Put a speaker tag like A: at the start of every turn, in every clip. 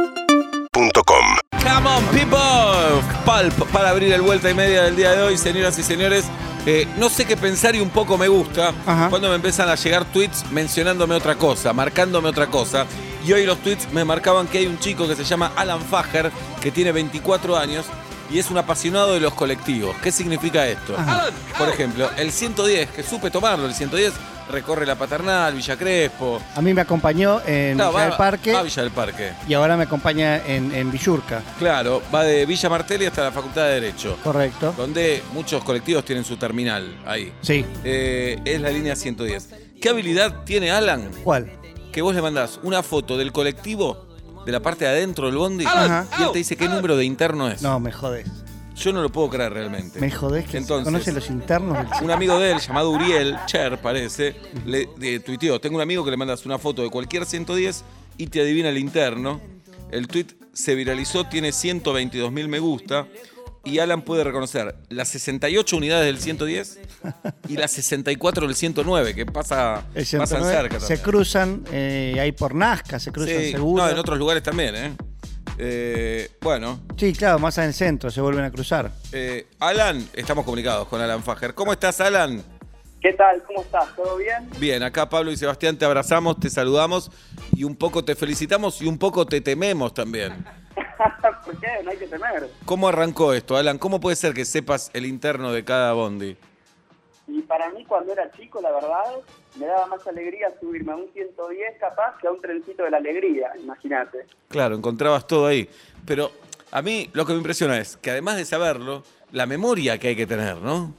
A: UrbanaPlayFM.com
B: Come on, people. Pulp para abrir el vuelta y media del día de hoy, señoras y señores. Eh, no sé qué pensar y un poco me gusta
C: Ajá.
B: cuando me empiezan a llegar tweets mencionándome otra cosa, marcándome otra cosa. Y hoy los tweets me marcaban que hay un chico que se llama Alan Fager, que tiene 24 años y es un apasionado de los colectivos. ¿Qué significa esto? Por ejemplo, el 110, que supe tomarlo, el 110 recorre la Paternal, Villa Crespo.
C: A mí me acompañó en
B: Claro,
C: Villa
B: va-
C: del Parque
B: va a Villa del Parque.
C: y ahora me acompaña en, en Villurca,
B: Claro, va de Villa Martelli hasta la Facultad de Derecho.
C: correcto.
B: donde muchos colectivos tienen su terminal ahí.
C: Sí.
B: Eh, es la línea 110. ¿Qué habilidad tiene Alan?
C: ¿Cuál?
B: Que vos le mandás una foto del colectivo de la parte de adentro del bondi
C: Ajá.
B: y él te dice qué número de interno es.
C: No, me jodés.
B: Yo no lo puedo creer realmente.
C: Me jodés que
B: Entonces,
C: conoce los internos del
B: un amigo de él, llamado Uriel, Cher parece, le eh, tuiteó, tengo un amigo que le mandas una foto de cualquier 110 y te adivina el interno. El tweet se viralizó, tiene 122 mil me gusta y Alan puede reconocer las 68 unidades del 110 y las 64 del 109, que pasa,
C: el
B: pasan
C: 109,
B: cerca.
C: Se
B: también.
C: cruzan eh, ahí por Nazca, se cruzan
B: Sí,
C: seguro.
B: No, en otros lugares también, ¿eh? Eh, bueno,
C: Sí, claro, más en el centro se vuelven a cruzar.
B: eh, Alan, estamos comunicados con Alan Fager. ¿Cómo estás, Alan?
D: ¿Qué tal? ¿Cómo estás? ¿Todo bien?
B: Bien, acá Pablo y Sebastián te abrazamos, te saludamos y un poco te felicitamos y un poco te tememos también.
D: ¿Por qué? No hay que temer.
B: ¿Cómo arrancó esto, Alan? ¿Cómo puede ser que sepas el interno de cada bondi?
D: Y para mí, cuando era chico, la verdad, me daba más alegría subirme a un 110 capaz que a un trencito de la alegría, imagínate.
B: Claro, encontrabas todo ahí. Pero a mí lo que me impresiona es que además de saberlo, la memoria que hay que tener, ¿no?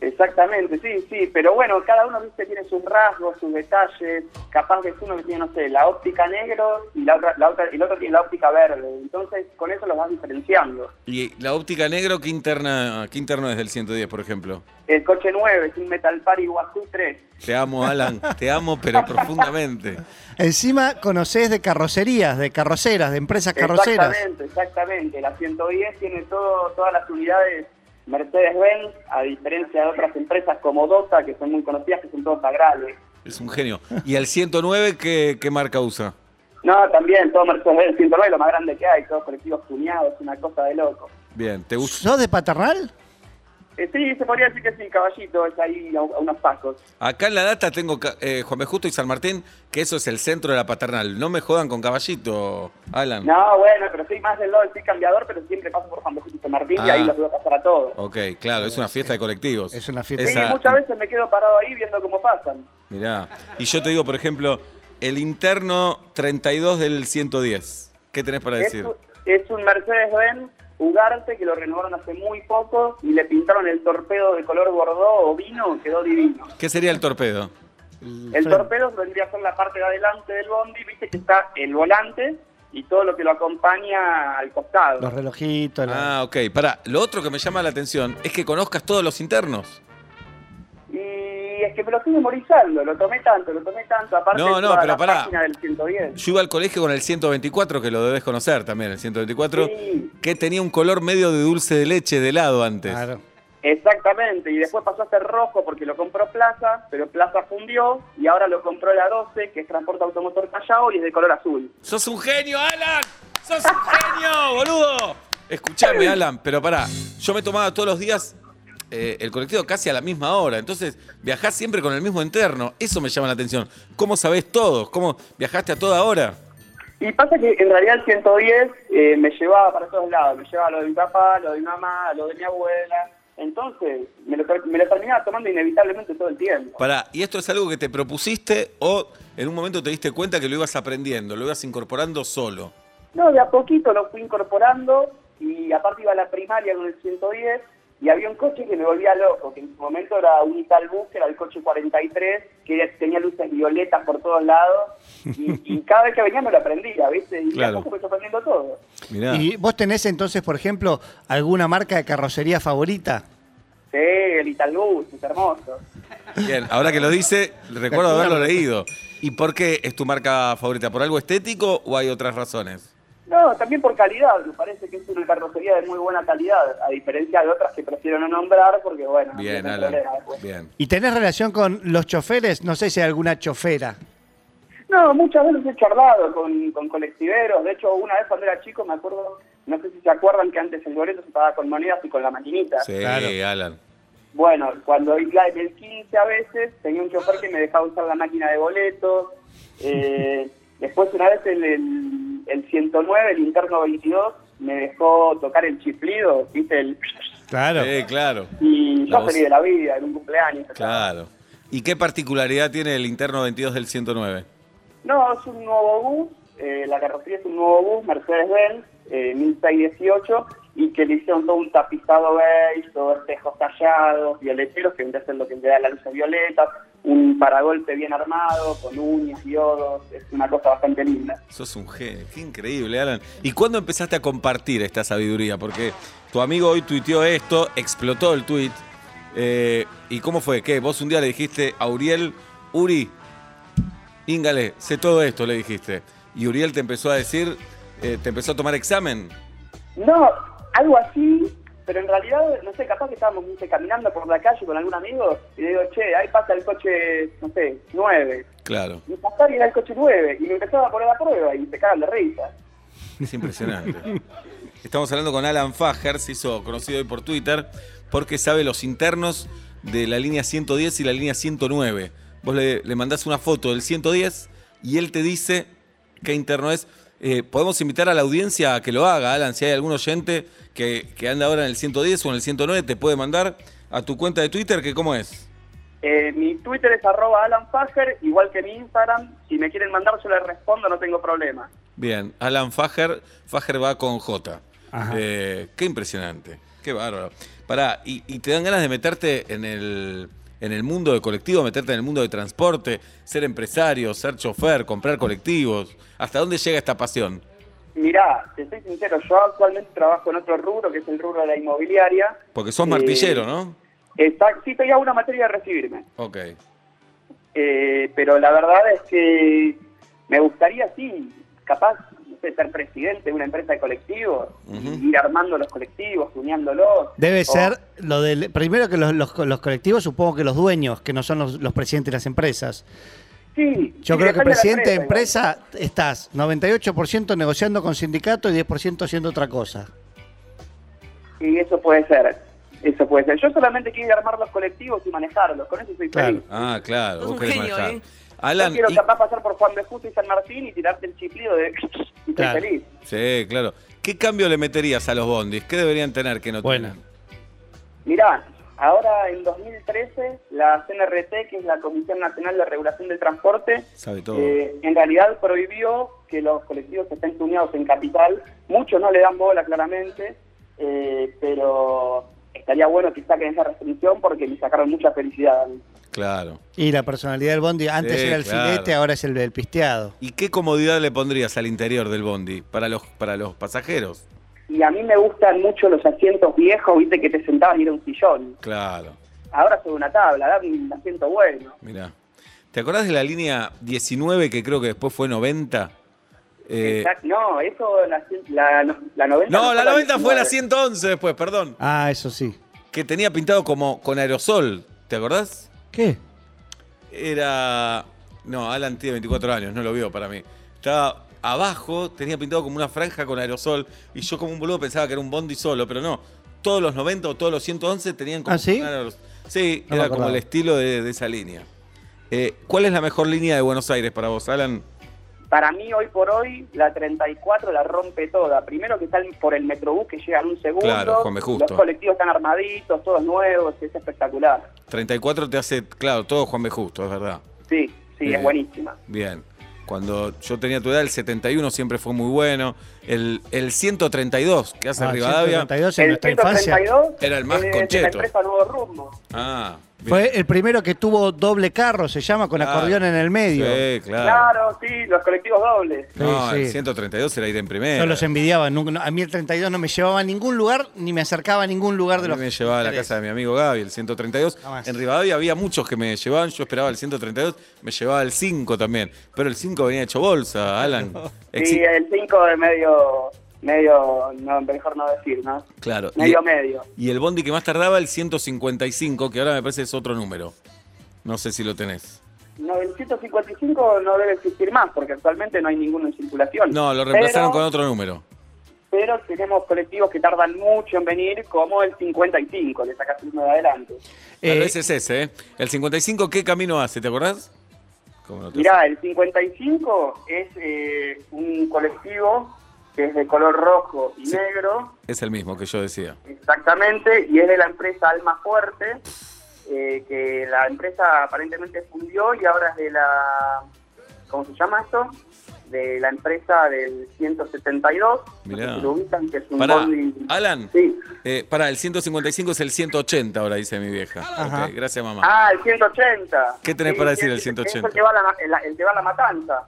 D: Exactamente, sí, sí, pero bueno, cada uno viste tiene sus rasgos, sus detalles, capaz que es uno que tiene, no sé, la óptica negro y la otra, la otra, y el otro tiene la óptica verde, entonces con eso los vas diferenciando.
B: Y la óptica negro, ¿qué, interna, qué interno es del 110, por ejemplo?
D: El coche 9 es un Metal Par Iguazú 3.
B: Te amo, Alan, te amo, pero profundamente.
C: Encima conocés de carrocerías, de carroceras, de empresas carroceras.
D: Exactamente, exactamente. La 110 tiene todo, todas las unidades Mercedes-Benz, a diferencia de otras empresas como DOTA, que son muy conocidas, que son todas agrales.
B: Es un genio. ¿Y el 109 qué, qué marca usa?
D: No, también, todo Mercedes-Benz 109, lo más grande que hay, todos colectivos cuñados, una cosa de loco.
B: Bien, ¿te gusta?
C: ¿Sos de paternal?
D: Eh, sí, se podría decir que sí, caballito, es ahí a, a unos pasos.
B: Acá en la data tengo ca- eh, Juan B. Justo y San Martín, que eso es el centro de la paternal. No me jodan con caballito, Alan.
D: No, bueno, pero soy más del lado del sí cambiador, pero siempre paso por Juan Bejito Martín y
B: Ah.
D: ahí los veo pasar a todos.
B: Ok, claro, es una fiesta de colectivos.
C: Es una fiesta.
D: Sí,
B: Esa-
D: muchas veces me quedo parado ahí viendo cómo pasan.
B: Mirá. Y yo te digo, por ejemplo, el interno 32 del 110. ¿Qué tenés para
D: Es,
B: decir?
D: un- es un Mercedes-Benz Ugarte que lo renovaron hace muy poco y le pintaron el torpedo de color bordó o vino, quedó divino.
B: ¿Qué sería el torpedo?
D: El
C: Sí.
D: torpedo vendría a ser la parte de adelante del bondi, viste que está el volante y todo lo que lo acompaña al costado.
C: Los relojitos. la-
B: Ah, ok. Pará, lo otro que me llama la atención es que conozcas todos los internos.
D: Y es que me lo estoy memorizando, lo tomé tanto, lo tomé tanto, aparte
B: No,
D: de
B: no,
D: toda
B: pero
D: la
B: pará.
D: página del 110.
B: Yo iba al colegio con el 124, que lo debes conocer también, el 124,
D: Sí.
B: que tenía un color medio de dulce de leche de helado antes.
C: Claro.
D: Exactamente, y después pasó a ser rojo porque lo compró Plaza, pero Plaza fundió y ahora lo compró la 12, que es Transporte Automotor Callao y es de color azul.
B: ¡Sos un genio, Alan! ¡Sos un genio, boludo! Escuchame, Alan, pero pará. Yo me tomaba todos los días eh, el colectivo casi a la misma hora. Entonces, viajás siempre con el mismo interno. Eso me llama la atención. ¿Cómo sabés todos? ¿Cómo viajaste a toda hora?
D: Y pasa que en realidad el 110 eh, me llevaba para todos lados, me llevaba lo de mi papá, lo de mi mamá, lo de mi abuela, entonces me lo, ter- me lo terminaba tomando inevitablemente todo el tiempo.
B: Pará, ¿y esto es algo que te propusiste o en un momento te diste cuenta que lo ibas aprendiendo, lo ibas incorporando solo?
D: No, de a poquito lo fui incorporando y aparte iba a la primaria con el 110 y había un coche que me volvía loco, que en su momento era un Italbus, que era el coche 43, que era- tenía luces violetas por todos lados y, y cada vez que venía me lo aprendía, ¿viste? Y
B: Claro.
D: tampoco me fui aprendiendo todo.
B: Mirá.
C: ¿Y vos tenés entonces, por ejemplo, alguna marca de carrocería favorita?
D: Sí, el Italbus, es hermoso.
B: Bien, ahora que lo dice, recuerdo haberlo leído. ¿Y por qué es tu marca favorita? ¿Por algo estético o hay otras razones?
D: No, también por calidad, me parece que es una carrocería de muy buena calidad, a diferencia de otras que prefiero no nombrar porque, bueno,
B: Bien,
D: no hay
B: Alan.
D: pues. problema después.
B: Bien.
C: ¿Y tenés relación con los choferes? No sé si hay alguna chofera.
D: No, muchas veces he charlado con, con colectiveros. De hecho, una vez cuando era chico, me acuerdo, no sé si se acuerdan que antes el boleto se pagaba con monedas y con la maquinita.
B: Sí,
C: Claro.
B: Alan.
D: Bueno, cuando iba en el 15 a veces, tenía un chofer que me dejaba usar la máquina de boletos. Eh, después una vez el, el, el 109, el interno 22, me dejó tocar el chiflido, ¿viste? El
C: Claro.
B: Sí, claro.
D: y
B: La
D: yo
B: voz-
D: feliz de la vida, en un cumpleaños.
B: Claro. ¿Y qué particularidad tiene el interno 22 del 109?
D: No, es un nuevo bus, eh, la carrocería es un nuevo bus, Mercedes-Benz, eh, 1618, y que le hicieron todo un tapizado beige, todo espejos tallados, violeteros, que vendría a ser lo que le da la luz violeta, un paragolpe bien armado, con uñas, diodos, es una cosa bastante linda.
B: Sos un genio, qué increíble, Alan. ¿Y cuándo empezaste a compartir esta sabiduría? Porque tu amigo hoy tuiteó esto, explotó el tuit. eh, ¿Y cómo fue? ¿Qué? Vos un día le dijiste a Uriel, Uri, íngale, sé todo esto, le dijiste. Y Uriel te empezó a decir, eh, te empezó a tomar examen.
D: No, algo así, pero en realidad, no sé, capaz que estábamos no sé, caminando por la calle con algún amigo, y le digo, che, ahí pasa el coche, no sé, 9,
B: Claro,
D: y pasaba y era el coche 9, y me empezaron a poner a prueba, y se cagan de risa.
B: es impresionante. Estamos hablando con Alan Fajer, se hizo conocido hoy por Twitter, porque sabe los internos de la línea 110 y la línea 109. Vos le, le mandás una foto del 110 y él te dice qué interno es. Eh, podemos invitar a la audiencia a que lo haga, Alan. Si hay algún oyente que, que anda ahora en el 110 o en el 109, te puede mandar a tu cuenta de Twitter, que cómo es.
D: Eh, mi Twitter es arroba Alan Fager, igual que mi Instagram. Si me quieren mandar, yo les respondo, no tengo problema.
B: Bien, Alan Fajer, Fajer va con J.
C: Ajá.
B: Eh, qué impresionante, qué bárbaro. Pará, y, y te dan ganas de meterte en el, en el mundo de colectivo, meterte en el mundo de transporte, ser empresario, ser chofer, comprar colectivos. ¿Hasta dónde llega esta pasión?
D: Mirá, te soy sincero, yo actualmente trabajo en otro rubro, que es el rubro de la inmobiliaria.
B: Porque sos
D: Eh,
B: martillero, ¿no?
D: Está, sí, estoy a una materia de recibirme.
B: Ok.
D: Eh, pero la verdad es que me gustaría, sí, capaz no sé, ser presidente de una empresa de colectivos,
B: Ujú.
D: ir armando los colectivos, uniándolos.
C: Debe
D: O-
C: ser lo del. Primero que los, los- los colectivos, supongo que los dueños, que no son los, los presidentes de las empresas.
D: Sí,
C: Yo creo
D: sí,
C: que
D: depende la
C: presidente de
D: igual.
C: empresa estás 98% negociando con sindicato y 10% haciendo otra cosa.
D: Y eso puede ser. Eso puede ser. Yo solamente quiero armar los colectivos y manejarlos. Con eso soy
C: Claro.
D: feliz.
B: Ah, claro,
A: Sos
B: vos
A: un
B: querés
A: genio,
B: manejar.
A: eh.
B: Alan,
D: Yo quiero
B: y-
D: capaz pasar por Juan de Justo y San Martín y tirarte el chiflido de... Y
C: Claro.
D: soy feliz.
B: sí, claro. ¿Qué cambio le meterías a los bondis? ¿Qué deberían tener que no
C: Bueno.
B: tienen?
D: Mirá, ahora en 2013 la CNRT, que es la Comisión Nacional de Regulación del Transporte,
B: Sabe todo.
D: eh, en realidad prohibió que los colectivos que estén tuneados en capital. Muchos no le dan bola claramente, eh, pero estaría bueno que saquen esa restricción porque me sacaron mucha felicidad a mí.
B: Claro.
C: Y la personalidad del bondi, antes
B: Sí,
C: era el
B: claro.
C: filete, ahora es el, del pisteado.
B: ¿Y qué comodidad le pondrías al interior del bondi para los, para los pasajeros?
D: Y a mí me gustan mucho los asientos viejos, viste, que te sentabas y era un sillón.
B: Claro,
D: Ahora sobre una tabla, da un asiento bueno.
B: mirá. ¿Te acordás de la línea 19 que creo que después fue 90? Eh,
D: Exact- no, eso, la, cien- la, la 90...
B: no, la 90 fue la
D: 100.
B: 111 después, perdón.
C: Ah, eso sí.
B: Que tenía pintado como con aerosol, ¿te acordás?
C: ¿Qué?
B: Era... No, Alan tiene 24 años, no lo vio para mí. Estaba abajo, tenía pintado como una franja con aerosol y yo como un boludo pensaba que era un bondi solo, pero no. Todos los 90 o todos los 111 tenían como
C: ¿Ah, sí?
B: un aeros- Sí,
C: No me
B: era como
C: acordaba.
B: el estilo de, de esa línea. Eh, ¿Cuál es la mejor línea de Buenos Aires para vos, Alan?
D: Para mí, hoy por hoy, la 34 la rompe toda. Primero que salen por el Metrobús, que llegan un segundo.
B: Claro, Juan B. Justo.
D: Los colectivos están armaditos, todos nuevos, es espectacular.
B: 34 te hace, claro, todo Juan B. Justo, es verdad.
D: Sí, sí,
B: Bien.
D: es buenísima.
B: Bien. Cuando yo tenía tu edad, el 71 siempre fue muy bueno. El, el 132 que hace
C: Ah,
B: Rivadavia.
C: 132 en
D: el
C: nuestra infancia.
D: 132
B: Era el más
D: es de
B: concheto.
D: la empresa Nuevo Rumbo.
B: Ah, bien.
C: Fue el primero que tuvo doble carro, se llama, con
B: Claro.
C: acordeón en el medio.
B: Sí, claro.
D: Claro, sí, los colectivos dobles.
B: No,
C: Sí,
B: el
C: sí.
B: 132 era ir en primera.
C: Yo los envidiaba. nunca- no, a mí el 32 no me llevaba a ningún lugar, ni me acercaba a ningún lugar de
B: A
C: los
B: mí me llevaba a la
C: tres.
B: casa de mi amigo Gaby, el 132.
C: No más.
B: En Rivadavia había muchos que me llevaban, yo esperaba el 132, me llevaba el 5 también. Pero el 5 venía hecho bolsa, Alan. Exi-
D: Sí, el 5 de medio, medio, no, mejor no decir, ¿no?
B: Claro.
D: Medio
B: y,
D: medio.
B: y el bondi que más tardaba, el 155, que ahora me parece es otro número. No sé si lo tenés.
D: No, el 155 no debe existir más, porque actualmente no hay ninguno en circulación.
B: No, lo reemplazaron
D: Pero-
B: con otro número.
D: Pero tenemos colectivos que tardan mucho en venir, como el 55, le sacas uno de adelante.
B: Tal
C: Eh,
B: vez es ese, ¿eh? El 55, ¿qué camino hace? ¿Te acordás? ¿Cómo no te-
D: Mirá, el 55 es eh, un colectivo que es de color rojo y negro,
B: Es el mismo que yo decía.
D: exactamente, y es de la empresa Alma Fuerte, eh, que la empresa aparentemente fundió y ahora es de la, ¿cómo se llama esto? De la empresa del 172, no sé
B: Mirá.
D: si lo ubican, que es un
B: Pará,
D: bondi-
B: Alan.
D: Sí.
B: Eh, pará, el 155 es el 180 ahora, dice mi vieja.
C: Ajá.
B: Ok, gracias, mamá.
D: Ah, el 180.
B: ¿Qué tenés para decir del
D: es-
B: 180?
D: Es el, que va a la, el, el que va a la matanza.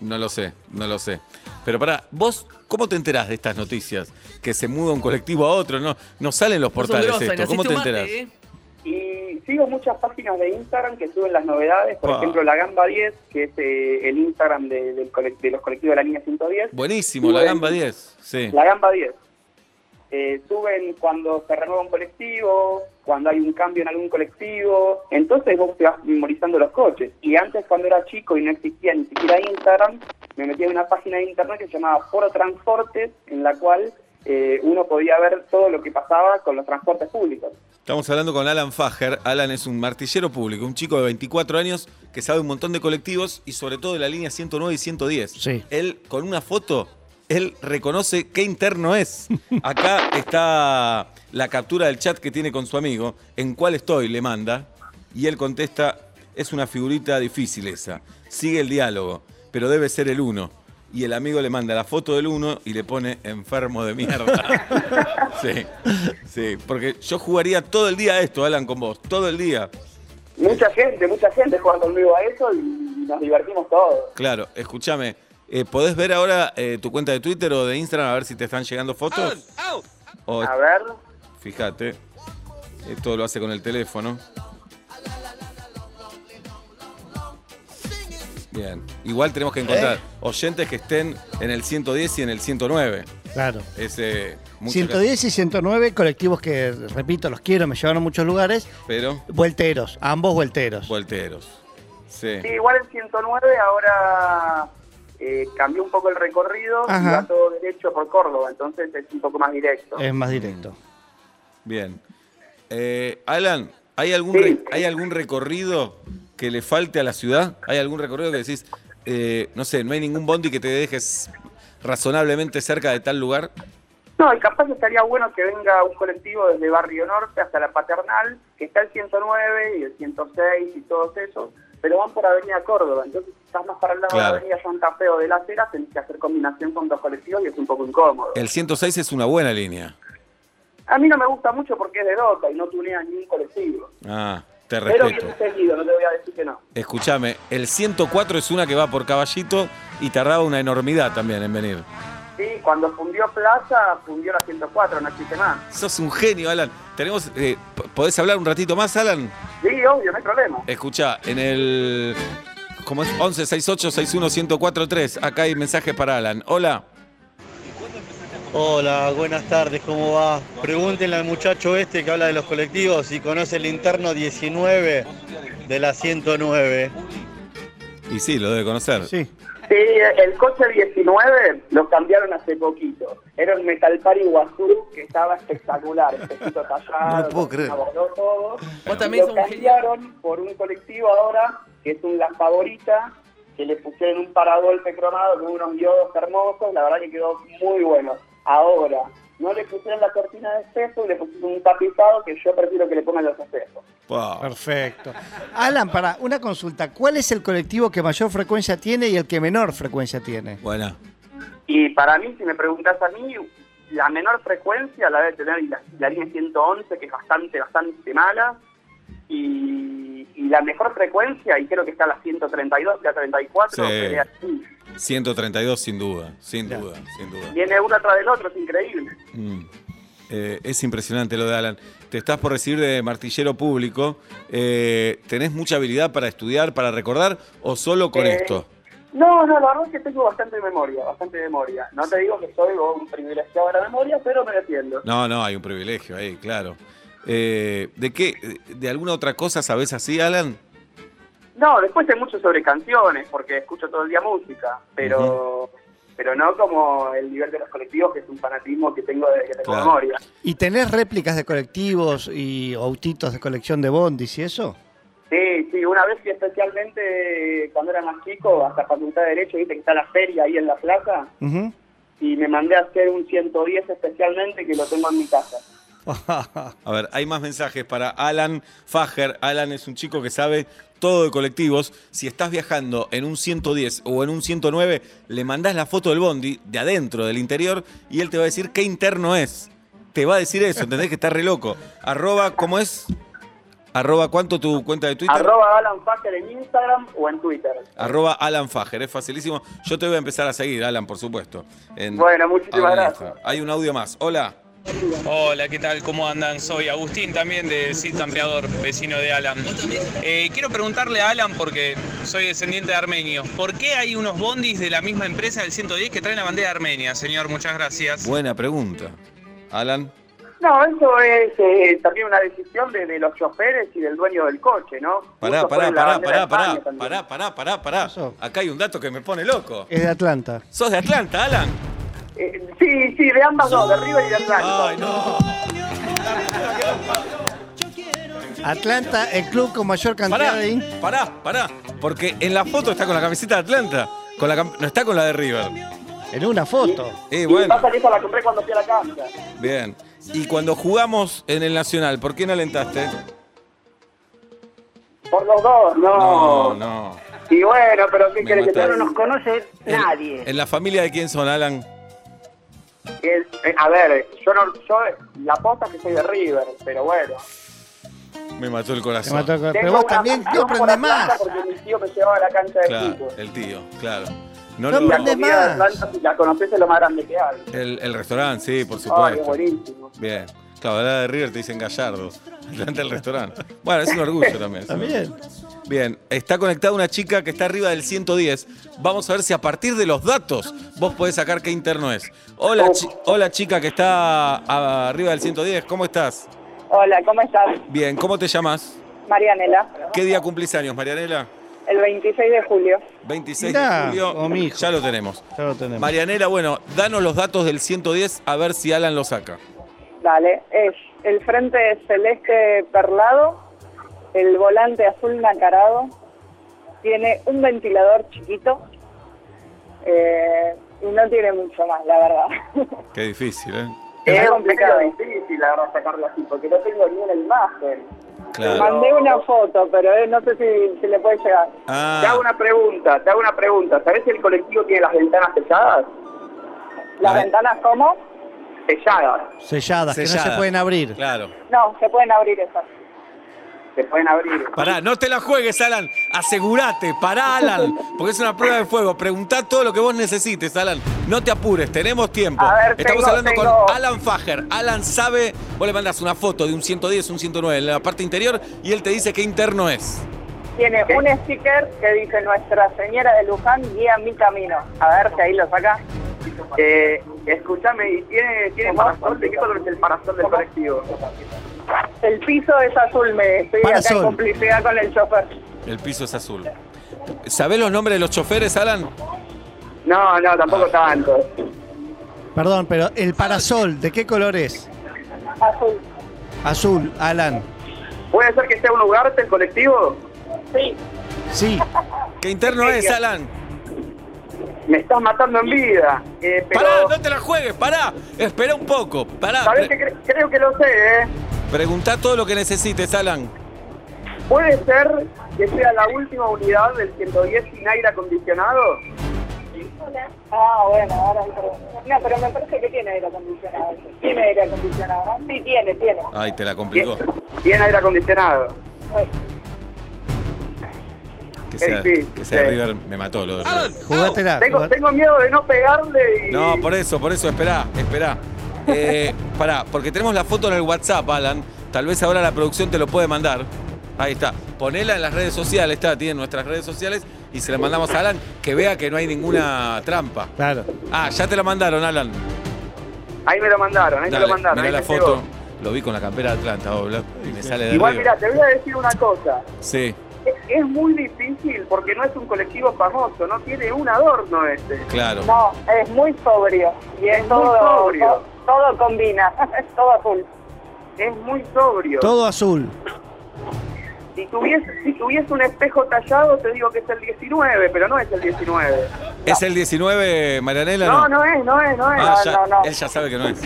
B: No lo sé, no lo sé. Pero pará, vos, ¿cómo te enterás de estas noticias? Que se muda un colectivo a otro, no, no salen los portales
A: grosos,
B: esto. ¿Cómo te
A: naciste un mate,
B: enterás?
A: ¿eh?
D: Y sigo muchas páginas de Instagram que suben las novedades, por
B: Ah.
D: ejemplo la Gamba 10, que es eh, el Instagram de, del cole- de los colectivos de la línea 110.
B: Buenísimo, la
D: eh. Bueno.
B: gamba 10. Sí.
D: La Gamba 10. Eh, suben cuando se renueva un colectivo, cuando hay un cambio en algún colectivo. Entonces vos te vas memorizando los coches. Y antes, cuando era chico y no existía ni siquiera Instagram, me metía en una página de internet que se llamaba Foro Transportes, en la cual eh, uno podía ver todo lo que pasaba con los transportes públicos.
B: Estamos hablando con Alan Fager. Alan es un martillero público, un chico de 24 años que sabe un montón de colectivos y sobre todo de la línea 109 y 110.
C: Sí.
B: Él, con una foto, él reconoce qué interno es. Acá está la captura del chat que tiene con su amigo, en cuál estoy, le manda, y él contesta, es una figurita difícil esa. Sigue el diálogo, pero debe ser el uno. Y el amigo le manda la foto del uno y le pone enfermo de mierda. Sí, sí, porque yo jugaría todo el día a esto, Alan, con vos, todo el día.
D: Mucha gente, mucha gente juega conmigo a eso y nos divertimos todos.
B: Claro, escúchame, eh, ¿podés ver ahora eh, tu cuenta de Twitter o de Instagram a ver si te están llegando fotos? O,
D: A ver,
B: fíjate, esto lo hace con el teléfono. Bien, igual tenemos que encontrar
D: Eh.
B: oyentes que estén en el 110 y en el 109.
C: Claro.
B: Ese, mucho-
C: 110 y 109 colectivos que, repito, los quiero, me llevaron a muchos lugares.
B: Pero,
C: Vuelteros, ambos vuelteros.
B: volteros. Sí.
D: sí, igual el 109 ahora eh, cambió un poco el recorrido y
C: Ajá.
D: va todo derecho por Córdoba, entonces es un poco más directo.
B: Eh.
C: es más directo.
B: Bien. Eh, Alan, ¿hay algún,
D: Sí.
B: re- ¿hay algún recorrido que le falte a la ciudad? ¿Hay algún recorrido que decís, eh, no sé, no hay ningún bondi que te dejes razonablemente cerca de tal lugar?
D: No, y capaz que estaría bueno que venga un colectivo desde Barrio Norte hasta la Paternal, que está el 109 y el 106 y todos esos, pero van por Avenida Córdoba, entonces si estás más para el lado
B: Claro.
D: de Avenida Santa Fe o de la Cera, tenés que hacer combinación con dos colectivos y es un poco incómodo.
B: El 106 es una buena línea.
D: A mí no me gusta mucho porque es de Dota y no tunean ni un colectivo.
B: Ah, te
D: Pero
B: respeto.
D: bien seguido, no te voy a decir que no.
B: Escúchame, el 104 es una que va por caballito y tardaba una enormidad también en venir.
D: Sí, cuando fundió Plaza, fundió la 104, no existe más.
B: Sos un genio, Alan. Tenemos, eh, p- ¿Podés hablar un ratito más, Alan?
D: Sí, obvio, no hay problema.
B: Escucha, en el. ¿Cómo es? 11 68 61 1043. Acá hay mensaje para Alan. Hola.
E: Hola, buenas tardes, ¿cómo va? Pregúntenle al muchacho este que habla de los colectivos si conoce el interno 19 de la 109.
B: Y sí, lo debe conocer.
C: Sí.
D: Sí, el coche 19 lo cambiaron hace poquito. Era un Metal Party Guazú que estaba espectacular, espejito tallado,
F: No lo puedo creer.
D: abordó todo.
A: Vos
D: Y
A: también
D: lo
A: sos un genio.
D: cambiaron por un colectivo ahora, que es un La Favorita, que le pusieron un paragolpe cromado con unos diodos hermosos, la verdad que quedó muy bueno. Ahora, no le pusieron la cortina de espejo y le pusieron un tapizado que yo prefiero que le pongan los espejos.
B: Wow.
C: Perfecto. Alan, para una consulta, ¿cuál es el colectivo que mayor frecuencia tiene y el que menor frecuencia tiene?
B: Buena.
D: Y para mí, si me preguntas a mí, la menor frecuencia la debe tener la, la línea 111, que es bastante, bastante mala. Y, y la mejor frecuencia, y creo que está la 132, la 34,
B: Sí.
D: sería así.
B: 132, sin duda. Sin duda, sin duda.
D: Viene uno atrás del otro, es increíble.
B: Mm. Eh, es impresionante lo de Alan. Te estás por recibir de martillero público. Eh, ¿Tenés mucha habilidad para estudiar, para recordar o solo con
D: Eh,
B: esto?
D: No, no, la verdad es que tengo bastante memoria, bastante memoria. No te digo que soy un privilegiado de la memoria, pero me defiendo.
B: No, no, hay un privilegio ahí, claro. Eh, ¿De qué? ¿De alguna otra cosa sabés así, Alan?
D: No, después hay mucho sobre canciones, porque escucho todo el día música, pero pero no como el nivel de los colectivos, que es un fanatismo que tengo desde que tengo
B: Claro.
D: memoria.
C: ¿Y tenés réplicas de colectivos y autitos de colección de bondis y eso?
D: Sí, sí, una vez que especialmente cuando era más chico, hasta Facultad de Derecho, viste que está la feria ahí en la plaza,
C: Ujú.
D: y me mandé a hacer un 110 especialmente que lo tengo en mi casa.
B: A ver, hay más mensajes para Alan Fager. Alan es un chico que sabe todo de colectivos. Si estás viajando en un 110 o en un 109, le mandás la foto del bondi de adentro, del interior, y él te va a decir qué interno es. Te va a decir eso, ¿entendés? Que está re loco. Arroba, ¿cómo es? Arroba, ¿cuánto tu cuenta de Twitter?
D: Arroba Alan Fager en Instagram o en Twitter.
B: Arroba Alan Fager, es facilísimo. Yo te voy a empezar a seguir, Alan, por supuesto. En-
D: Bueno, muchísimas
B: ahora en
D: gracias.
B: Instagram. Hay un audio más. Hola.
A: ¿eh? Hola, ¿qué tal? ¿Cómo andan? Soy Agustín también de Sitio Ampliador, vecino de Alan. Eh, quiero preguntarle a Alan, porque soy descendiente de armenio, ¿por qué hay unos bondis de la misma empresa del 110 que traen la bandera de Armenia, señor? Muchas gracias.
B: Buena pregunta. Alan.
D: No, eso es eh, también una decisión de, de los choferes y del dueño del coche, ¿no?
B: Pará, pará,
D: Justo fue la
B: pará,
D: bandera de
B: pará, pará,
D: España también.
B: pará, pará, pará, pará.
C: Eso.
B: Acá hay un dato que me pone loco.
C: Es de Atlanta.
B: ¿Sos de Atlanta, Alan?
D: Eh, sí, sí, de ambas dos, de River y de Atlanta.
B: Ay, no.
C: Atlanta, el club con mayor cantidad
B: Pará,
C: de... in-
B: pará, pará. Porque en la foto está con la camiseta de Atlanta. Con la cam- no está con la de River.
C: En una foto.
B: Eh,
D: Y
B: bueno,
D: pasa que esa la compré cuando fui a la cancha.
B: bien. Y cuando jugamos en el Nacional, ¿por qué no alentaste?
D: Por los dos, no.
B: No, no.
D: Y bueno, pero
B: Me
D: ¿qué
B: Eh.
D: querés que te
B: mataste.
D: diga?
F: No nos conoce
B: En-
F: nadie.
B: ¿En la familia de quién son, Alan?
D: Es- eh, a ver, yo no, yo eh, la posta es que soy de River, pero bueno.
B: Me mató el
C: Te
B: corazón.
C: mató el corazón. Pero
D: Tengo
C: vos
D: una
C: también no
D: pasión por
C: aprendés
D: Atlanta
C: más.
D: Porque mi tío me llevaba a la cancha de
B: Claro,
D: fútbol.
B: el tío, claro. No,
C: No
B: lo-
D: Y la
C: aprendés
B: el,
D: comida de
C: más.
D: Atlanta, si la conocés, es lo más grande que hay.
B: el restaurante, sí, por
D: Ay, es
B: supuesto.
D: buenísimo.
B: Bien. Claro, la de River te dicen Gallardo. Atlanta el restaurante. Bueno, es un orgullo también. es un
C: También.
B: orgullo. Bien, está conectada una chica que está arriba del 110. Vamos a ver si a partir de los datos vos podés sacar qué interno es. Hola, chi- hola chica que está a- arriba del 110, ¿cómo estás?
G: Hola, ¿cómo estás?
B: Bien, ¿cómo te llamas?
G: Marianela,
B: ¿Qué día cumplís años, Marianela?
G: el 26 de julio.
B: 26
C: Mirá,
B: de julio.
C: o mi hijo.
B: Ya lo tenemos.
C: Ya lo tenemos.
B: Marianela, bueno, danos los datos del 110 a ver si Alan lo saca.
G: Dale, es el frente celeste perlado, el volante azul nacarado, tiene un ventilador chiquito eh, y no tiene mucho más, la verdad.
B: Qué difícil, ¿eh?
G: Es
D: Es
G: complicado.
D: complicado, difícil la verdad sacarlo así, porque no tengo ni una imagen.
B: Claro.
G: Mandé una foto, pero eh, no sé si, si le puede llegar.
D: Te
B: Ah,
D: hago una pregunta, te hago una pregunta. ¿Sabés si el colectivo tiene las ventanas selladas?
G: ¿Las
B: A ver.
G: ventanas cómo?
D: Selladas.
C: Selladas, que no
B: sellada.
C: se pueden abrir.
B: claro.
G: No, se pueden abrir esas.
D: Se pueden abrir.
B: Pará, no te la juegues, Alan. Asegúrate, pará, Alan. Porque es una prueba de fuego. Preguntá todo lo que vos necesites, Alan. No te apures, tenemos tiempo.
G: A ver,
B: Estamos
G: tengo-
B: hablando
G: tengo-
B: con Alan Fager. Alan sabe, vos le mandás una foto de un 110, un 109 en la parte interior y él te dice qué interno es.
G: Tiene un sticker que dice Nuestra Señora de Luján guía mi camino. A ver si ahí lo saca.
D: Eh, escúchame, ¿y tiene, tiene parasol? ¿De qué color es el parasol del colectivo?
G: El piso es azul, me estoy acá
C: Parasol.
G: en complicidad con el chofer.
B: El piso es azul. ¿Sabés los nombres de los choferes, Alan?
D: No, no, tampoco
B: Ah.
D: tanto.
C: Perdón, pero el parasol, ¿de qué color es?
G: Azul.
C: Azul, Alan.
D: ¿Puede ser que esté un lugar del colectivo?
G: Sí.
C: Sí.
B: ¿Qué interno es, Alan?
D: Me estás matando en vida. Eh, pero,
B: Pará, no te la juegues, pará. Espera un poco, pará.
D: ¿sabés
B: Pre-
D: que cre- creo que lo sé, eh?
B: Preguntá todo lo que necesites, Alan.
D: ¿Puede ser que sea la última unidad del 110 sin aire acondicionado?
G: Ah, bueno, ahora hay problema. No, pero me parece que tiene aire acondicionado. Tiene aire acondicionado. Sí, tiene, tiene.
B: Ay, te la
D: Bien,
B: complicó.
D: bien aire acondicionado.
B: Ah. Que sea,
D: Eh, Sí,
B: que sea
D: sí.
B: River, me mató lo de River.
C: Jugátela.
D: Tengo,
C: jugá-
D: tengo miedo de no pegarle y...
B: Ah, No, por eso, por eso, esperá, esperá. Eh, pará, porque tenemos la foto en el WhatsApp, Alan. Tal vez ahora la producción te lo puede mandar. Ahí está. Ponela en las redes sociales, está, tiene nuestras redes sociales y se la mandamos a Alan que vea que no hay ninguna trampa.
C: Claro.
B: Ah, ya te la mandaron, Alan.
D: Ahí me lo mandaron, ahí
B: Dale,
D: me lo mandaron.
B: mirá
D: ahí
B: la
D: me
B: foto.
D: llegó.
B: Lo vi con la campera de Atlanta, obla, oh, y me sale de
D: Igual,
B: River.
D: mira, te voy a decir una cosa.
B: Sí.
D: es muy difícil porque no es un colectivo famoso, no tiene un adorno este.
B: Claro.
G: No, es muy sobrio. Y es,
D: Es muy
G: todo,
D: sobrio.
G: to- todo combina, es todo azul.
D: Es muy sobrio.
C: Todo azul.
D: Si tuviese, si tuviese un espejo tallado, te digo que es el 19, pero no es el 19.
B: ¿Es el 19, Marianela?
D: No, no es, no es, no es.
B: Ah,
G: no,
B: ya-
G: no, no.
B: Él ya sabe que no es.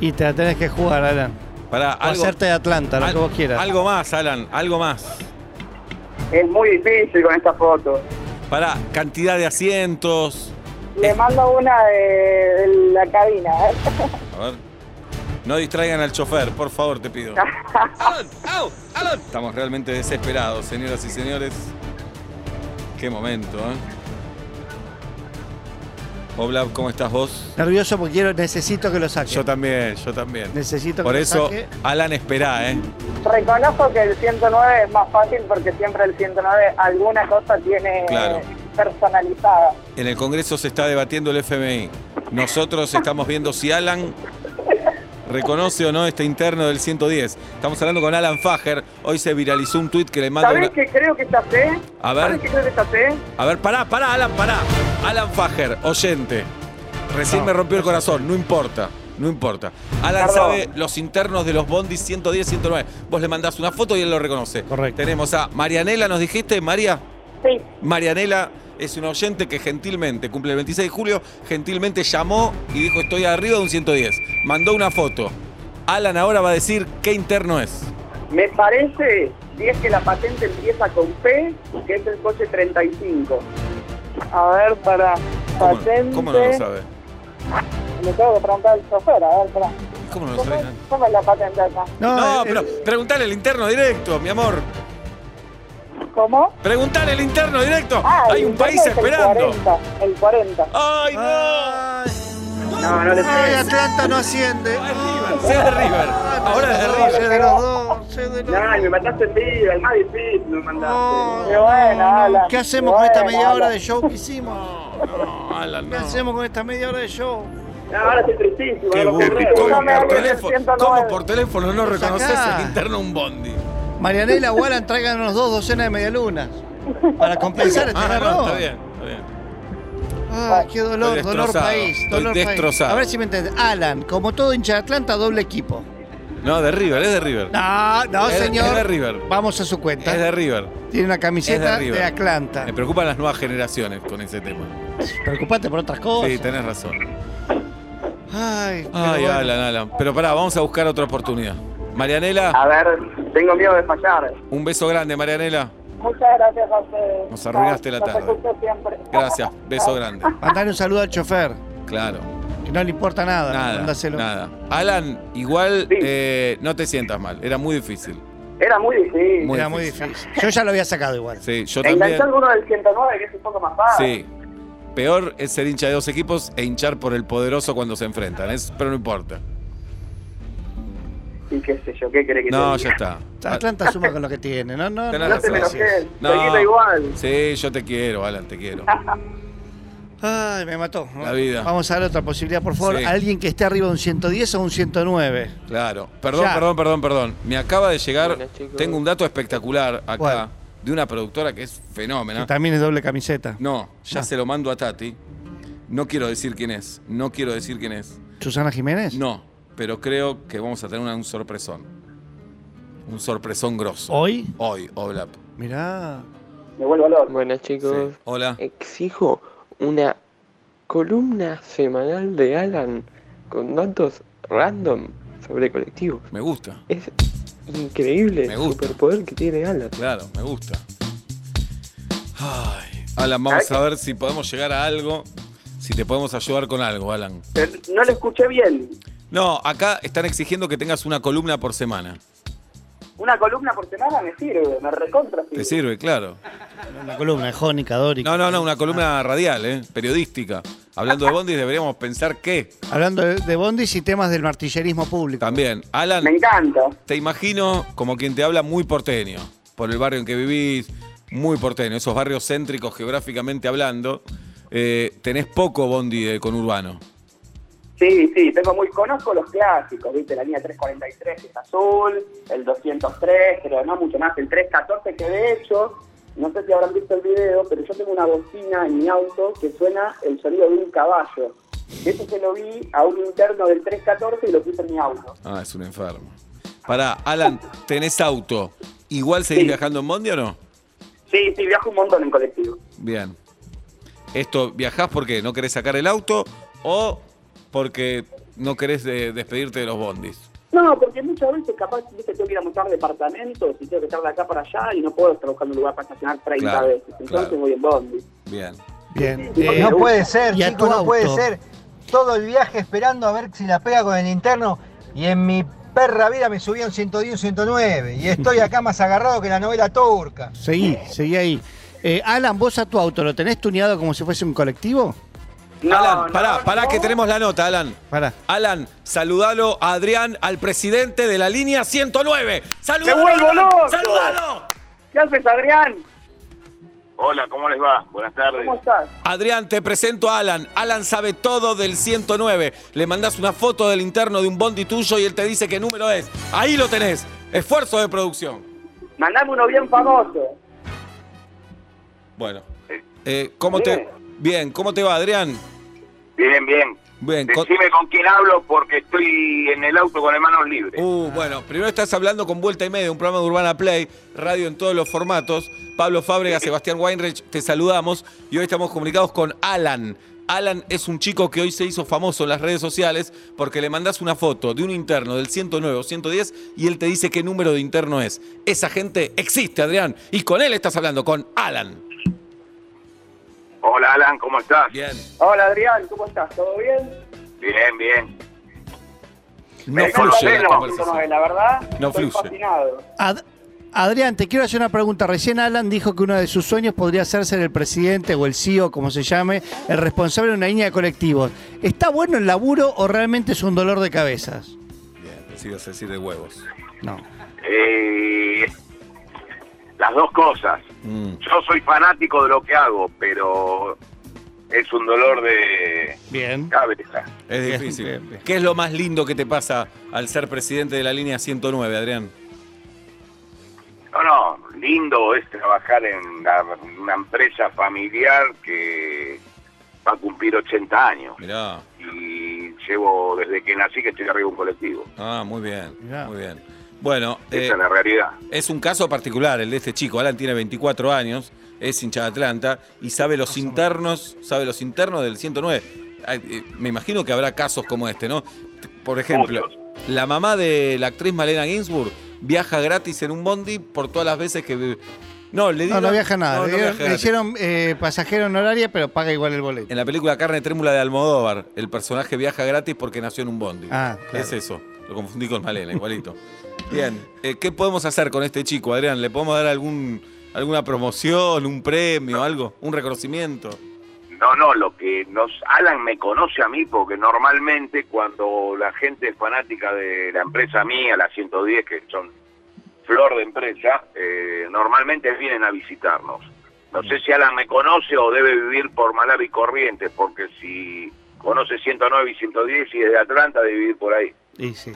C: Y te la tenés que jugar, Alan.
B: Para
C: O hacerte de Atlanta, lo que vos quieras.
B: Algo más, Alan, algo más.
D: Es muy difícil con esta foto.
B: Para cantidad de asientos.
G: Le mando una de, de la cabina. ¿eh?
B: A ver. No distraigan al chofer, por favor, te pido.
A: Alan, au, Alan.
B: Estamos realmente desesperados, señoras y señores. Qué momento, ¿eh? Hola, ¿cómo estás vos?
C: Nervioso porque quiero, necesito que lo saque.
B: Yo también, yo también.
C: Necesito
B: Por
C: que lo
B: eso,
C: saque.
B: Alan, espera, ¿eh?
G: Reconozco que el 109 es más fácil porque siempre el 109 alguna cosa tiene
B: Claro.
G: personalizada.
B: En el Congreso se está debatiendo el FMI. Nosotros estamos viendo si Alan reconoce o no este interno del 110. Estamos hablando con Alan Fager. Hoy se viralizó un tuit que le manda
D: ¿Sabés
B: una...
D: qué creo que está fe?
B: A ver.
D: ¿Sabés qué creo que está fe?
B: A ver, pará, pará, Alan, pará. Alan Fager, oyente. Recién me rompió el corazón, no importa. No importa. Alan
D: Perdón.
B: sabe los internos de los bondis 110, 109. Vos le mandás una foto y él lo reconoce.
C: Correcto.
B: Tenemos a Marianela, ¿nos dijiste, María?
G: Sí,
B: Marianela es una oyente que gentilmente, cumple el 26 de julio, gentilmente llamó y dijo estoy arriba de un 110. Mandó una foto. Alan ahora va a decir qué interno es.
D: Me parece, si es que la patente empieza con P, que es el coche 35.
G: a ver, para
B: ¿Cómo,
G: patente.
B: cómo no lo sabe?
G: Le tengo que preguntar al chofer, a ver, pará.
B: ¿Cómo no lo
G: ¿Cómo,
B: sabe?
G: cómo es la patente acá?
C: No,
B: No,
C: eh,
B: pero
C: eh,
B: preguntale el interno directo, mi amor.
G: ¿Cómo?
B: Preguntale el interno directo.
G: Ah,
B: Hay
G: el
B: un país
G: interno es
B: esperando. Ah,
G: El 40, el 40.
B: ¡Ay, no!
C: Ay,
D: No, no le
C: ay,
D: sé.
C: Atlanta no asciende.
B: Es River, sea de River. Ahora es de
C: Ay,
B: River.
C: sé de los dos, sé de los dos.
D: Ay, me mataste en vida, el más difícil me mandaste.
C: No,
G: Qué buena,
C: no, no.
G: Alan.
C: ¿Qué hacemos
G: Qué
C: con esta
G: buena,
C: media hora
G: Alan.
C: de show que hicimos?
B: No, Alan,
C: ¿Qué
B: no.
C: hacemos con esta media hora de show?
D: No, ahora estoy tristísimo.
B: Qué
D: no lo
B: burro.
D: puedo creer.
B: ¿Cómo
G: Yo me
B: por,
G: abrí el
B: teléfono,
G: 109.
B: ¿Cómo por teléfono no reconoces
C: Sacá.
B: el interno un bondi?
C: Marianela o Alan traigan los dos docenas de medialunas. Para compensar este
B: Ah,
C: error.
B: no, está bien, está bien.
C: Ah, qué dolor,
B: Estoy
C: dolor
B: destrozado,
C: país.
B: estoy
C: Dolor país.
B: destrozado.
C: A ver si me entiendes. Alan, como todo hincha de Atlanta, doble equipo.
B: No, de River, es de River.
C: No, no,
B: Es-
C: señor.
B: es de River.
C: Vamos a su cuenta.
B: Es de River.
C: Tiene una
B: Es de
C: camiseta de,
B: River. Eh,
C: Atlanta.
B: Me preocupan las nuevas generaciones con ese tema.
C: Preocupate por otras cosas.
B: Sí, tenés razón.
C: Ay, pero
B: Ay,
C: bueno.
B: Alan, Alan. Pero pará, vamos a buscar otra oportunidad. Marianela,
D: A ver, tengo miedo de fallar.
B: un beso grande, Marianela.
G: Muchas gracias a ustedes.
B: Nos arruinaste la
G: Los
B: tarde.
G: escucho siempre.
B: Gracias, beso grande.
C: Mandale un saludo al chofer,
B: Claro,
C: que no le importa nada.
B: nada,
C: Mándaselo.
B: nada. Alan, igual
D: Sí.
B: eh, no te sientas mal, era muy difícil.
D: Era muy difícil.
B: Muy
C: Era muy
B: difícil.
C: difícil. Yo ya lo había sacado igual.
B: Sí, yo también.
D: Enganchar alguno del 109, que es un poco más fácil.
B: Sí. Peor es ser hincha de dos equipos e hinchar por el poderoso cuando se enfrentan, es- pero no importa.
D: Y qué sé yo, ¿qué querés que
B: No,
D: te
B: ya
D: diga?
B: está.
C: Atlanta suma con lo que tiene, ¿no? No,
B: Tenés
C: no.
D: No te me
B: razón.
D: enojes,
B: No.
D: seguilo igual.
B: Sí, yo te quiero, Alan, te quiero.
C: Ay, me mató.
B: La vida.
C: Vamos a dar otra posibilidad, por favor.
B: Sí.
C: Alguien que esté arriba de un 110 o un 109.
B: Claro. Perdón,
C: Ya.
B: perdón, perdón, perdón. Me acaba de llegar, tengo un dato espectacular acá
C: ¿Cuál?
B: de una productora que es fenómena.
C: Que también es doble camiseta.
B: No, ya
C: Ah.
B: se lo mando a Tati. No quiero decir quién es, no quiero decir quién es.
C: ¿Susana Jiménez?
B: No, pero creo que vamos a tener una- un sorpresón. Un sorpresón grosso.
C: ¿Hoy?
B: Hoy, hola.
C: Mirá.
D: Me vuelvo loco.
F: Buenas
B: Sí.
F: chicos,
B: Hola.
H: Eh.
F: exijo una columna semanal de Alan con datos random sobre colectivos.
B: Me gusta.
F: Es increíble
B: Me
F: el
B: gusta.
F: superpoder que tiene Alan.
B: Claro, me gusta. Ay, Alan, vamos a ver si podemos llegar a algo, si te podemos ayudar con algo, Alan.
D: Pero no lo escuché bien.
B: No, acá están exigiendo que tengas una columna por semana.
D: Una columna por semana me sirve, me recontra
B: ¿Te
D: sirve.
B: sirve? Claro.
C: La columna de Jónica, Dórica.
B: No, no, no, una columna radial, ¿eh? periodística. Hablando de Bondis, deberíamos pensar que
C: Hablando de, de bondis y temas del martillerismo público.
B: también. Alan,
D: Me encanta.
B: te imagino como quien te habla muy porteño, por el barrio en que vivís, muy porteño, esos barrios eh, céntricos geográficamente hablando. Eh, tenés poco Bondi de conurbano.
D: Sí, sí, tengo muy, conozco los clásicos, viste, la línea 343 que es azul, el 203, pero no mucho más, el 314 que de hecho, no sé si habrán visto el video, pero yo tengo una bocina en mi auto que suena el sonido de un caballo. Eso se lo vi a un interno del 314 y lo puse en mi auto.
B: Ah, es un enfermo. Pará, Alan, tenés auto. ¿Igual seguís
D: Sí.
B: viajando en Bondi o no?
D: Sí, sí, viajo un montón en colectivo.
B: Bien. ¿Esto viajás porque no querés sacar el auto o porque no querés eh, despedirte de los bondis?
D: No, porque muchas veces capaz viste, tengo que ir a mostrar departamentos y tengo que estar de acá para allá y no puedo estar buscando un lugar para estacionar 30
B: Claro,
D: veces. Entonces
B: claro.
D: voy en Bondi.
B: Bien.
C: Bien.
D: Eh,
I: no puede ser,
C: y a
I: chicos,
C: tu
I: no puede
C: auto.
I: ser. Todo el viaje esperando a ver si la pega con el interno y en mi perra vida me subí a un 110, un 109 y estoy acá más agarrado que la novela turca.
C: Seguí, seguí ahí. Eh, Alan, vos a tu auto, ¿lo tenés tuneado como si fuese un colectivo?
B: Alan, pará,
D: no,
B: pará
D: no.
B: que tenemos la nota, Alan.
C: Pará.
B: Alan, saludalo a Adrián, al presidente de la línea 109. ¡Saludalo!
D: ¡Me vuelvo
B: Alan!
D: loco!
B: ¡Saludalo!
D: ¿Qué haces, Adrián?
J: Hola, ¿cómo les va? Buenas tardes.
D: ¿Cómo estás?
B: Adrián, te presento a Alan. Alan sabe todo del 109. Le mandás una foto del interno de un bondi tuyo y él te dice qué número es. Ahí lo tenés. Esfuerzo de producción.
D: Mandame uno bien famoso.
B: Bueno. Eh, ¿Cómo te. Bien, ¿cómo te va, Adrián?
J: Bien, bien.
B: Bien, con-
J: Decime con quién hablo porque estoy en el auto con las manos libres.
B: Uh, bueno, primero estás hablando con Vuelta y Media, un programa de Urbana Play, radio en todos los formatos. Pablo Fábrega, Sebastián Weinreich, te saludamos y hoy estamos comunicados con Alan. Alan es un chico que hoy se hizo famoso en las redes sociales porque le mandás una foto de un interno del 109 o 110 y él te dice qué número de interno es. Esa gente existe, Adrián, y con él estás hablando, con Alan.
J: Hola, Alan, ¿cómo estás? Eh,
B: Bien.
D: Hola, Adrián, ¿cómo estás? ¿Todo bien?
J: Bien, bien.
B: No
J: Eh,
D: Bueno,
B: fluye
J: conocés,
B: la
D: bueno,
J: ¿no?
D: bueno,
B: conversación.
D: La verdad,
B: No
D: estoy
B: fluye.
D: fascinado.
C: Ad- Adrián, te quiero hacer una pregunta. Recién Alan dijo que uno de sus sueños podría ser ser el presidente o el CEO, como se llame, el responsable de una línea de colectivos. ¿Está bueno el laburo o realmente es un dolor de cabezas?
B: Bien, sí, vas a decir de huevos.
C: No.
J: Eh, las dos cosas.
B: Mm.
J: Yo soy fanático de lo que hago, pero es un dolor de
C: Bien.
J: cabeza.
B: Es difícil. ¿Qué es lo más lindo que te pasa al ser presidente de la línea 109, Adrián?
J: No, no, lindo es trabajar en la- una empresa familiar que va a cumplir 80 años.
B: Mirá.
J: Y llevo desde que nací que estoy arriba de un colectivo.
B: Ah, muy bien.
C: Mirá.
B: Muy bien. Bueno, eh,
J: Esa es la realidad.
B: es un caso particular el de este chico. Alan tiene 24 años, es hincha de Atlanta y sabe los internos, sabe los internos del 109. Ay, eh, Me imagino que habrá casos como este, ¿no? T- Por ejemplo,
J: Muchos.
B: la mamá de la actriz Malena Ginsburg viaja gratis en un bondi por todas las veces que... vi- No, le
C: No,
B: dieron-
C: no viaja nada.
B: no,
C: le,
B: no
C: dieron-
B: viaja
C: le
B: gratis.
C: hicieron eh, pasajero honoraria, pero paga igual el boleto.
B: En la película Carne Trémula de Almodóvar, el personaje viaja gratis porque nació en un bondi.
C: Ah, claro.
B: Es eso. Lo confundí con Malena, igualito. Bien. eh, ¿Qué podemos hacer con este chico, Adrián? ¿Le podemos dar algún, alguna promoción, un premio, algo? ¿Un reconocimiento?
J: No, no, lo que nos. Alan me conoce a mí porque normalmente cuando la gente es fanática de la empresa mía, la 110, que son flor de empresa, eh, normalmente vienen a visitarnos. No sé si Alan me conoce o debe vivir por Malabi y Corrientes, porque si conoce 109 y 110 y es de Atlanta, debe vivir por ahí.
C: Y sí.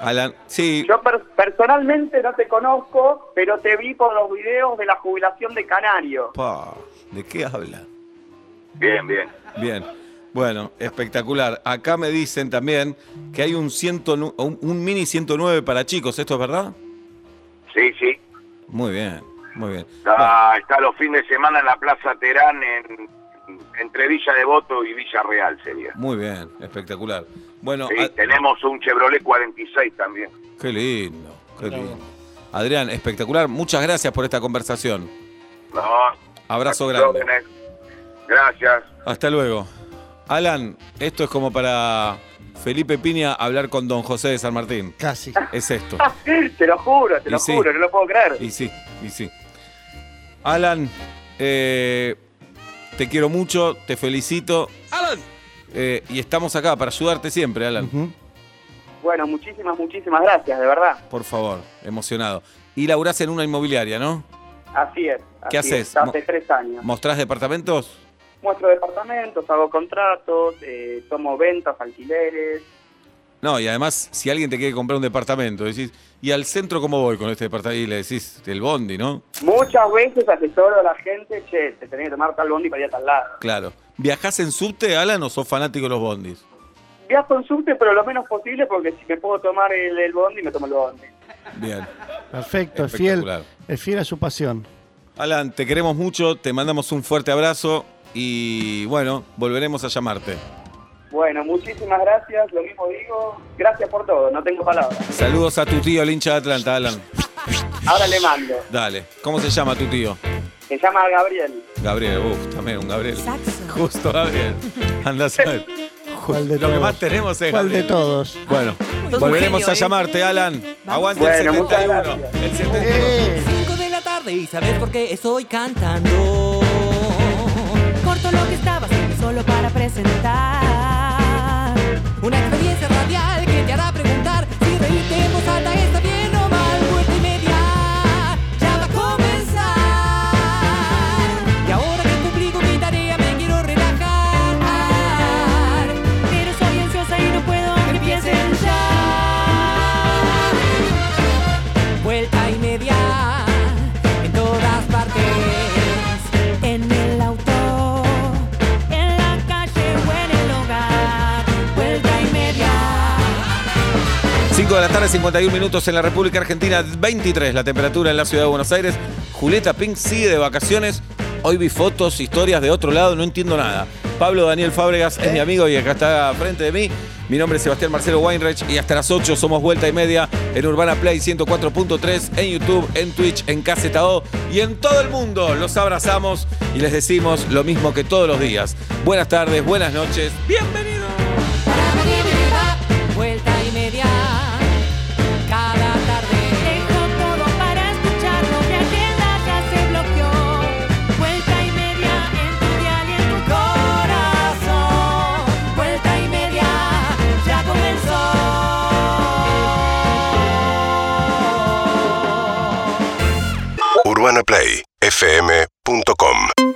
B: Alan, sí.
D: Yo per- personalmente no te conozco, pero te vi por los videos de la jubilación de Canario.
B: Pa, ¿De qué habla?
J: Bien, bien.
B: Bien. Bueno, espectacular. Acá me dicen también que hay un, 109 un, un mini 109 para chicos. ¿Esto es verdad?
J: Sí, sí.
B: Muy bien, muy bien.
J: Está, está los fines de semana en la Plaza Terán, en- entre Villa Devoto y Villa Real sería.
B: Muy bien, espectacular. Bueno,
J: Sí,
B: a-
J: tenemos un Chevrolet 46 también.
B: Qué lindo, qué lindo. Adrián, espectacular. Muchas gracias por esta conversación.
J: No,
B: Abrazo
J: a tus
B: grande.
J: órdenes. Gracias.
B: Hasta luego. Alan, esto es como para Felipe Piña hablar con don José de San Martín.
C: Casi.
B: Es esto.
D: Ah, Te lo juro, te
B: Y
D: lo
B: sí.
D: juro, no lo puedo creer.
B: Y sí, y sí. Alan, eh, te quiero mucho, te felicito. ¡Alan! y estamos acá para ayudarte siempre, Alan.
C: Ujú.
D: Bueno, muchísimas, muchísimas gracias, de verdad.
B: Por favor, emocionado. Y laburás en una inmobiliaria, ¿no?
D: Así es.
B: ¿Qué
D: así
B: haces?
D: es. Hace
B: Mo-
D: tres años.
B: ¿Mostrás departamentos?
D: muestro departamentos, hago contratos, eh, tomo ventas, alquileres.
B: No, y además, si alguien te quiere comprar un departamento, decís, ¿y al centro cómo voy con este departamento? Y le decís, el bondi, ¿no?
D: Muchas veces asesoro a la gente, che, te tenés que tomar tal bondi para ir a tal lado.
B: Claro. ¿Viajás en subte, Alan, o sos fanático de los bondis?
D: Viajo en subte, pero lo menos posible, porque si me puedo tomar el, el bondi, me tomo el bondi.
B: Bien.
C: Perfecto, es fiel,
B: Espectacular.
C: es fiel a su pasión.
B: Alan, te queremos mucho, te mandamos un fuerte abrazo y bueno, volveremos a llamarte.
D: Bueno, muchísimas gracias, lo mismo digo. Gracias por todo, no tengo palabras.
B: Saludos a tu tío, el hincha de Atlanta, Alan.
D: Ahora le mando.
B: Dale. ¿Cómo se llama tu tío?
D: Se llama Gabriel.
B: Gabriel, uff, también un Gabriel.
H: Saxo.
B: Justo Gabriel. Andás a ver.
C: ¿Cuál de
B: Lo que
C: todos?
B: más tenemos es
C: ¿Cuál de
B: Gabriel.
C: todos?
B: Bueno,
H: Todo
B: volveremos
H: un genio,
B: a
H: ¿eh?
B: llamarte, Alan. Aguante
D: Bueno,
B: el
D: muchas
B: 71. El 71. Eh.
H: 5 de la tarde y sabes por qué estoy cantando. Corto lo que estaba haciendo solo para presentar una experiencia radial que te hará preguntar si reírte en voz alta está bien o mal. Vuelta y media ya va a comenzar. Y ahora que cumplí con mi tarea me quiero relajar. Pero soy ansiosa y no puedo que empiecen ya vuelta y media en todas partes. En el auto, en la calle o en el hogar, vuelta y media.
B: 5 de la tarde, 51 minutos en la República Argentina, 23 la temperatura en la ciudad de Buenos Aires. Julieta Pink sigue de vacaciones. Hoy vi fotos, historias de otro lado, no entiendo nada. Pablo Daniel Fábregas es mi amigo y acá está frente de mí. Mi nombre es Sebastián Marcelo Weinreich y hasta las 8 somos vuelta y media en Urbana Play 104.3, en YouTube, en Twitch, en KZO y en todo el mundo. Los abrazamos y les decimos lo mismo que todos los días. Buenas tardes, buenas noches, bienvenidos.
H: Vuelta y media cada tarde. Dejo todo para escuchar lo que agenda ya se bloqueó. Vuelta y media en tu dial y en tu corazón. Vuelta y media ya comenzó.
K: UrbanaPlay.fm.com